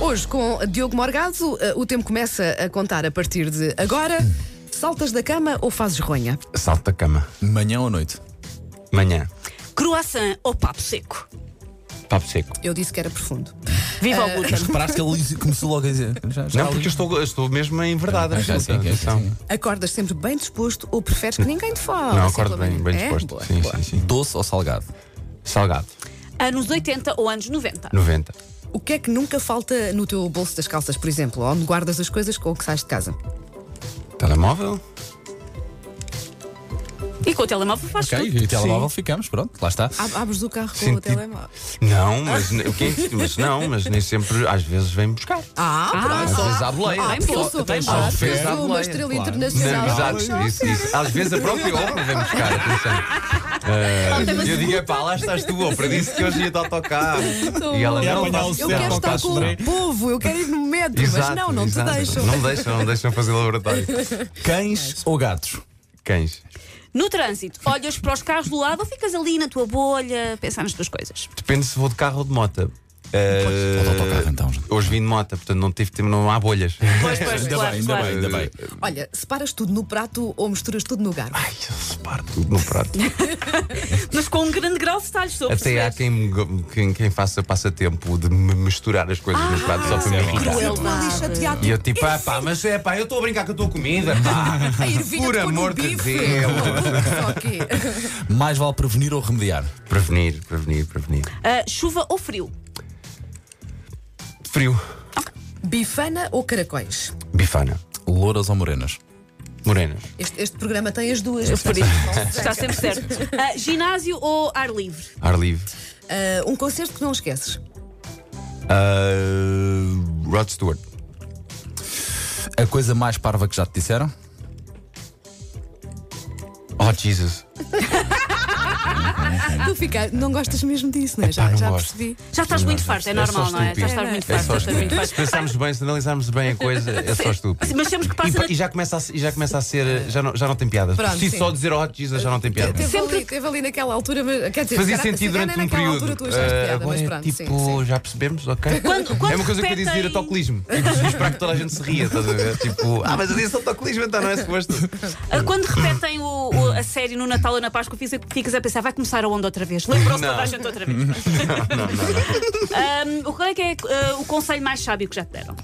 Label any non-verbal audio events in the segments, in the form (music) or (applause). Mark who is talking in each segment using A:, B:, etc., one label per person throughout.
A: Hoje, com Diogo Morgado, eh, o tempo começa a contar a partir de agora. Saltas da cama ou fazes ronha?
B: Salto da cama.
C: Manhã ou noite?
B: Manhã.
D: Croissant ou papo seco?
B: Papo seco.
A: Eu disse que era profundo.
D: Viva o glúten.
C: Reparaste que ele disse- começou logo a dizer. Já, já
B: Não, porque eu estou, eu estou mesmo em verdade.
C: Ah, já
B: absoluta.
C: sei que é, que é,
B: Atenção.
C: sim.
A: Acordas sempre bem disposto ou preferes que ninguém te fale?
B: Não,
A: assim
B: acordo
A: pela
B: bem, bem
A: manhã? É?
B: disposto.
A: Boa,
B: sim,
A: boa.
B: sim, sim.
C: Doce ou salgado?
B: Salgado.
D: Anos 80 ou anos 90?
B: 90.
A: O que é que nunca falta no teu bolso das calças, por exemplo? Onde guardas as coisas com o que sais de casa?
B: Telemóvel?
D: E com o telemóvel faz
C: Ok,
D: tudo.
C: e telemóvel ficamos, pronto, lá está.
A: Ab- Abres o carro com
B: Sim,
A: o
B: tipo-
A: telemóvel.
B: Não, mas, ne- o que é que- mas não, mas nem sempre, às vezes vem buscar.
A: Ah,
B: Às
A: pronto.
B: vezes há boleia.
A: Ah,
D: Tem
A: porque eu
D: bolso,
A: sou-
D: tem
A: ah,
D: bolso.
A: porque eu
B: Fez à
A: sou uma
B: boleia,
A: estrela
C: claro.
A: internacional.
B: Exato, isso, isso. Às vezes a própria obra vem buscar, atenção. Ah, eu digo, pá, lá estás tu, Oprah, disse que hoje ia de autocarro. E ela
C: É
B: não,
C: apanhar
B: não,
C: o
A: Eu
C: Certo,
A: quero
C: ao
A: estar
C: caso
A: com
C: de-
A: o povo, eu quero ir no metro,
B: Exato,
A: mas não, não
B: exato.
A: te deixam.
B: Não deixam, não deixam fazer
A: (laughs)
B: laboratório.
C: Cães ou gatos?
B: Cães.
D: No trânsito, olhas para os carros do lado ou ficas ali na tua bolha a pensar nas tuas coisas?
B: Depende se vou de carro ou de moto. Eh,
C: Ou de autocarro, então.
B: Hoje vim de moto, portanto não tive tempo, não há bolhas.
D: Pois, pois,
C: Ainda
D: claro,
C: bem, ainda
D: claro.
C: bem, ainda bem.
A: Olha, separas tudo no prato ou misturas tudo no garfo?
B: Ai, eu separo tudo no prato.
D: Mas com um grande grau de detalhes, estou a
B: Até há
D: perceber.
B: quem, me go- quem, quem faça passatempo de me misturar as coisas no prato só para me
C: é
B: irritar.
C: horrível.
A: Ali chateado.
B: E eu tipo, ah pá, mas é pá, eu estou a brincar com a tua comida,
C: (laughs)
B: pá. (laughs)
A: A ervilha
B: Por
A: de pôr no
B: amor de
A: bife. (laughs)
B: Deus.
A: Só que-
C: Mais vale prevenir ou remediar?
B: Prevenir, prevenir, prevenir.
D: Ah, chuva ou frio?
B: Frio.
A: Bifana ou caracóis?
B: Bifana.
C: Louras ou morenas?
B: Morenas.
A: Este, este programa tem as duas.
D: Por isso, está sempre certo. Ah, ginásio ou ar livre?
B: Ar livre.
A: Ah, um concerto que não esqueces.
B: Ah, Rod Stewart.
C: A coisa mais parva que já te disseram?
B: Oh Jesus.
A: Ah, Tu fica, não gostas mesmo disso, não é?
B: Epá,
A: Já,
B: não
A: já
B: gosto.
A: percebi.
D: Já estás muito farto, é
B: É só
D: normal, não é? Já
B: estúpido.
D: estás muito
B: É
D: farto,
B: só
D: já estás muito
B: estúpido. Se
D: farto.
B: pensarmos bem, se analisarmos bem a coisa, é só estúpido.
D: Mas temos que
B: E,
D: passar
B: pa-
D: na
B: e já, começa a, se- e já começa a ser. eh, Já não, já não tem piada.
A: Pronto,
B: Preciso
A: sim.
B: só dizer ao Hot Jesus, já não tem piada.
A: Teve,
D: Sempre-
A: ali, teve ali naquela altura, mas, quer dizer,
B: Fazia
A: se calhar-
B: sentido
A: se calhar é
B: durante um
A: naquela
B: período.
A: altura tu achaste
B: Ah,
A: piada,
B: agora
A: mas
B: é
A: pronto,
B: tipo,
A: sim, sim.
B: já percebemos, ok?
D: Quando- quando
B: é uma coisa que eu dizia
D: repetem-
B: autocolismo. E consegui esperar que toda a gente se ria, estás a ver? Tipo, ah, mas eu disse autocolismo, então não é suposto.
D: Ah, Quando repetem o- o- a série no Natal ou na Páscoa, fica- ficas a pensar, vai começar a onda outra vez. Lembrou-se
B: Não.
D: toda a gente outra vez.
C: (laughs)
D: Ah, o que é que é ah, o conselho mais sábio que já te deram?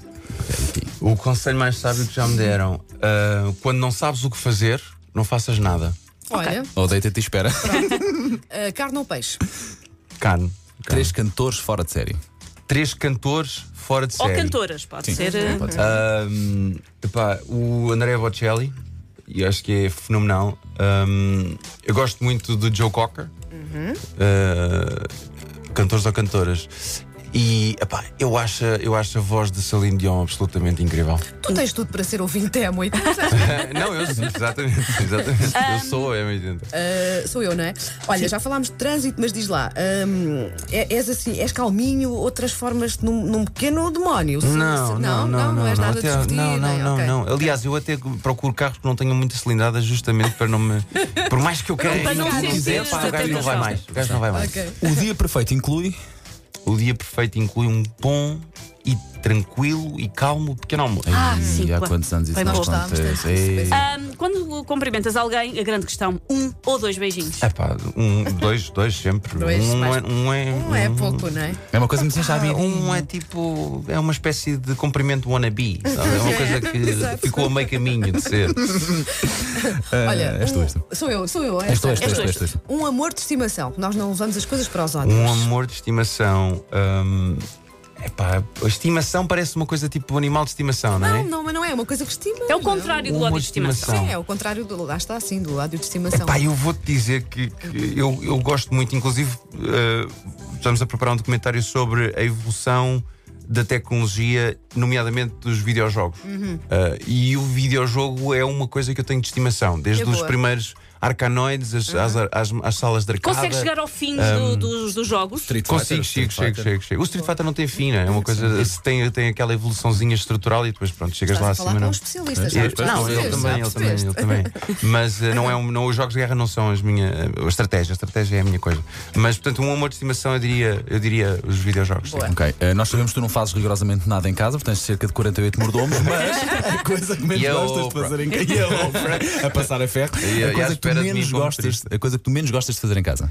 B: O conselho mais sábio que já me deram: ah, quando não sabes o que fazer, não faças nada.
A: Olha,
C: Ou deita-te e espera?
A: ah, carne ou peixe?
B: Carne. Três,
C: Três cantores fora de série.
B: três cantores fora de
D: Ou
B: série.
D: cantoras, pode ser. ah,
C: Pode ser.
B: Um, epá, o André Bocelli, e acho que é fenomenal. Um, eu gosto muito do Joe Cocker, Uh, cantores ou cantoras. E epá, eu, acho, eu acho a voz de Celine Dion absolutamente incrível. (laughs)
A: Tu tens tudo para ser ouvinte é (laughs) muito.
B: Não, eu sou, exatamente, exatamente. Eu sou, é mesmo.
A: Ah, sou eu, não é? Olha, já falámos de trânsito, mas diz lá, hum, é- és assim, és calminho ou transformas-te num, num pequeno demónio? Se- se-
B: Não, não, não, não,
A: és nada
B: até-
A: discutido.
B: não, não, não, não. Aliás, eu até procuro carros que não tenham muita cilindrada justamente para não me. Por mais que eu queira,
D: Para não
B: que eu
D: sentir
B: quiser, pá, o gajo não vai
D: tentação.
B: mais. O gajo não vai mais.
C: Ah, O dia perfeito inclui.
B: O dia perfeito inclui um bom e tranquilo e calmo pequeno almoço.
D: Ah,
C: Ei,
D: sim,
C: Hum, há
D: claro.
C: quantos anos isso
A: Bem,
C: não É
A: nós estávamos, temos
C: acontece?
A: que
C: Ei.
D: ah, quando cumprimentas alguém, a grande questão, um ou dois beijinhos.
B: Epá, um, dois, dois
A: (laughs)
B: sempre.
A: Dois,
B: um,
A: mais-
B: é, um é.
A: Não é pouco, não é?
C: É uma coisa muito
B: Ah,
C: sábia.
B: um é tipo. É uma espécie de cumprimento wannabe. Sabe?
A: (laughs)
B: É uma coisa que
A: Exato.
B: ficou a meio caminho
A: (laughs)
B: de ser. É,
A: Olha,
C: és tu,
A: um-
C: és tu.
A: sou eu, sou eu.
C: És tu,
A: esta-
C: és tu, és tu, és tu.
A: Um amor de estimação. Nós não levamos as coisas para os olhos.
B: Um amor de estimação. hum, epá, a estimação parece uma coisa tipo animal de estimação, não é?
A: Não, não, mas não é uma coisa que estima.
D: É o
A: não.
D: contrário do
B: Um
D: ódio
B: amor
D: de
B: de
D: estimação.
B: estimação.
A: Sim, é o contrário do. Lá está, sim, do ódio de estimação.
B: Pá, eu vou-te dizer que, que eu, eu gosto muito, inclusive eh, estamos a preparar um documentário sobre a evolução da tecnologia, nomeadamente dos
A: Uhum.
B: videojogos. Eh, e o videojogo é uma coisa que eu tenho de estimação, desde
A: É
B: os
A: boa. Uhum.
B: primeiros arcanoides, as, às, às, às salas de arcada.
D: Consegue chegar ao fim do- dos, dos jogos?
C: Street
B: Consigo,
C: Fighter,
B: chego,
C: Street
B: chego,
C: Fighter.
B: chego, chego. O Street Fighter não tem fim, né? é uma coisa. se Tem, tem aquela evoluçãozinha estrutural e depois, pronto, chegas
A: Estás
B: lá
A: a falar com
B: acima. Não, é?
A: um especialista, já
B: Eu-
A: percebeste,
B: não,
A: já
B: ele também, ele também,
A: percebeste.
B: ele também. Mas eh, não é um, não, os jogos de guerra não são as minha a estratégia, a estratégia é a minha coisa. Mas portanto, um amor de estimação eu diria, eu diria os videojogos. sim.
A: Boa.
C: Ok, eh, nós sabemos que tu não fazes rigorosamente nada em casa, portanto tens cerca de
B: (laughs)
C: 48 mordomos, mas a coisa que menos
B: E a
C: gostas de
B: Oprah.
C: fazer em casa
B: (laughs)
C: e a Oprah, a passar a ferro,
B: E a- e
C: a
B: à
C: coisa que
B: espera
C: tu
B: de mim
C: menos
B: como
C: gostas, a coisa que tu menos gostas de fazer em casa.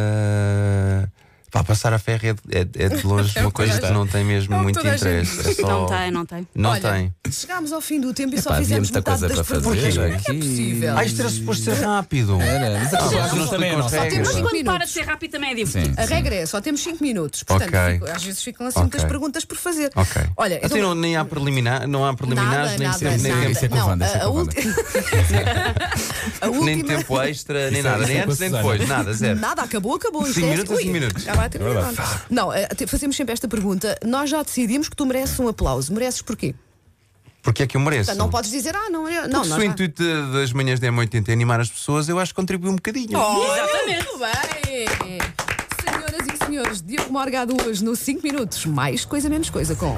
B: Ah, pá, passar a ferro é, é- é de longe
A: (laughs) É o
B: uma
A: que
B: coisa
A: toda
B: que não tem mesmo
A: é o que
B: muito
A: toda a gente
B: interesse. É
A: diz.
B: só-
D: Não tem, não tem.
B: Não
A: Olha,
B: tem.
A: Chegámos ao fim do tempo e só
C: Pá, havia
A: fizemos
C: muita
A: metade
C: coisa
A: das
C: para
A: perguntas.
C: fazer
A: Como é que é
C: aqui.
A: possível?
B: Ah, isto era suposto ser rápido.
A: né?
C: Era, mas a
B: Ah,
C: questão
B: vocês
C: é
B: não
C: também
B: explicam
C: é
B: as
C: nossa.
A: temos
B: regras.
D: Mas
A: Cinco
D: quando para
A: minutos.
D: de ser rápido também é
C: Sim.
D: divertido.
A: A regra é, só temos 5 minutos. Portanto,
B: Ok.
A: fico- às vezes ficam assim
B: Ok.
A: muitas perguntas por fazer.
B: Ok.
A: Olha,
B: Então, não, nem há preliminares, não há
A: Nada,
B: preliminares, nem
A: nada,
B: sempre- nem
A: nada.
B: tempo-
C: Isso é com
A: Não,
C: Wanda,
A: a-
C: isso é
A: a
C: com Wanda.
A: (laughs) a última...
B: nem tempo extra, nem
C: Isso é-
B: nada,
C: isso
B: nem
C: é com a
B: antes nem
C: Susana.
B: depois, nada, zero.
A: Nada, acabou, acabou. Isto
B: Cinco
A: é-
B: minutos,
A: Ui,
B: cinco minutos.
A: Já vai terminar. Não, eh, te- fazemos sempre esta pergunta. Nós já decidimos que tu mereces um aplauso. Mereces porquê?
B: Porque é que eu mereço?
A: Portanto, não podes dizer, ah, não, eu- não.
B: Porque
A: nós
B: se o
A: já-
B: intuito de- das manhãs da M80 é animar as pessoas, eu acho que contribui um bocadinho.
D: Exatamente.
A: Muito bem. Senhoras e senhores, Diogo Morgado hoje no 5 minutos. Mais coisa, menos coisa com.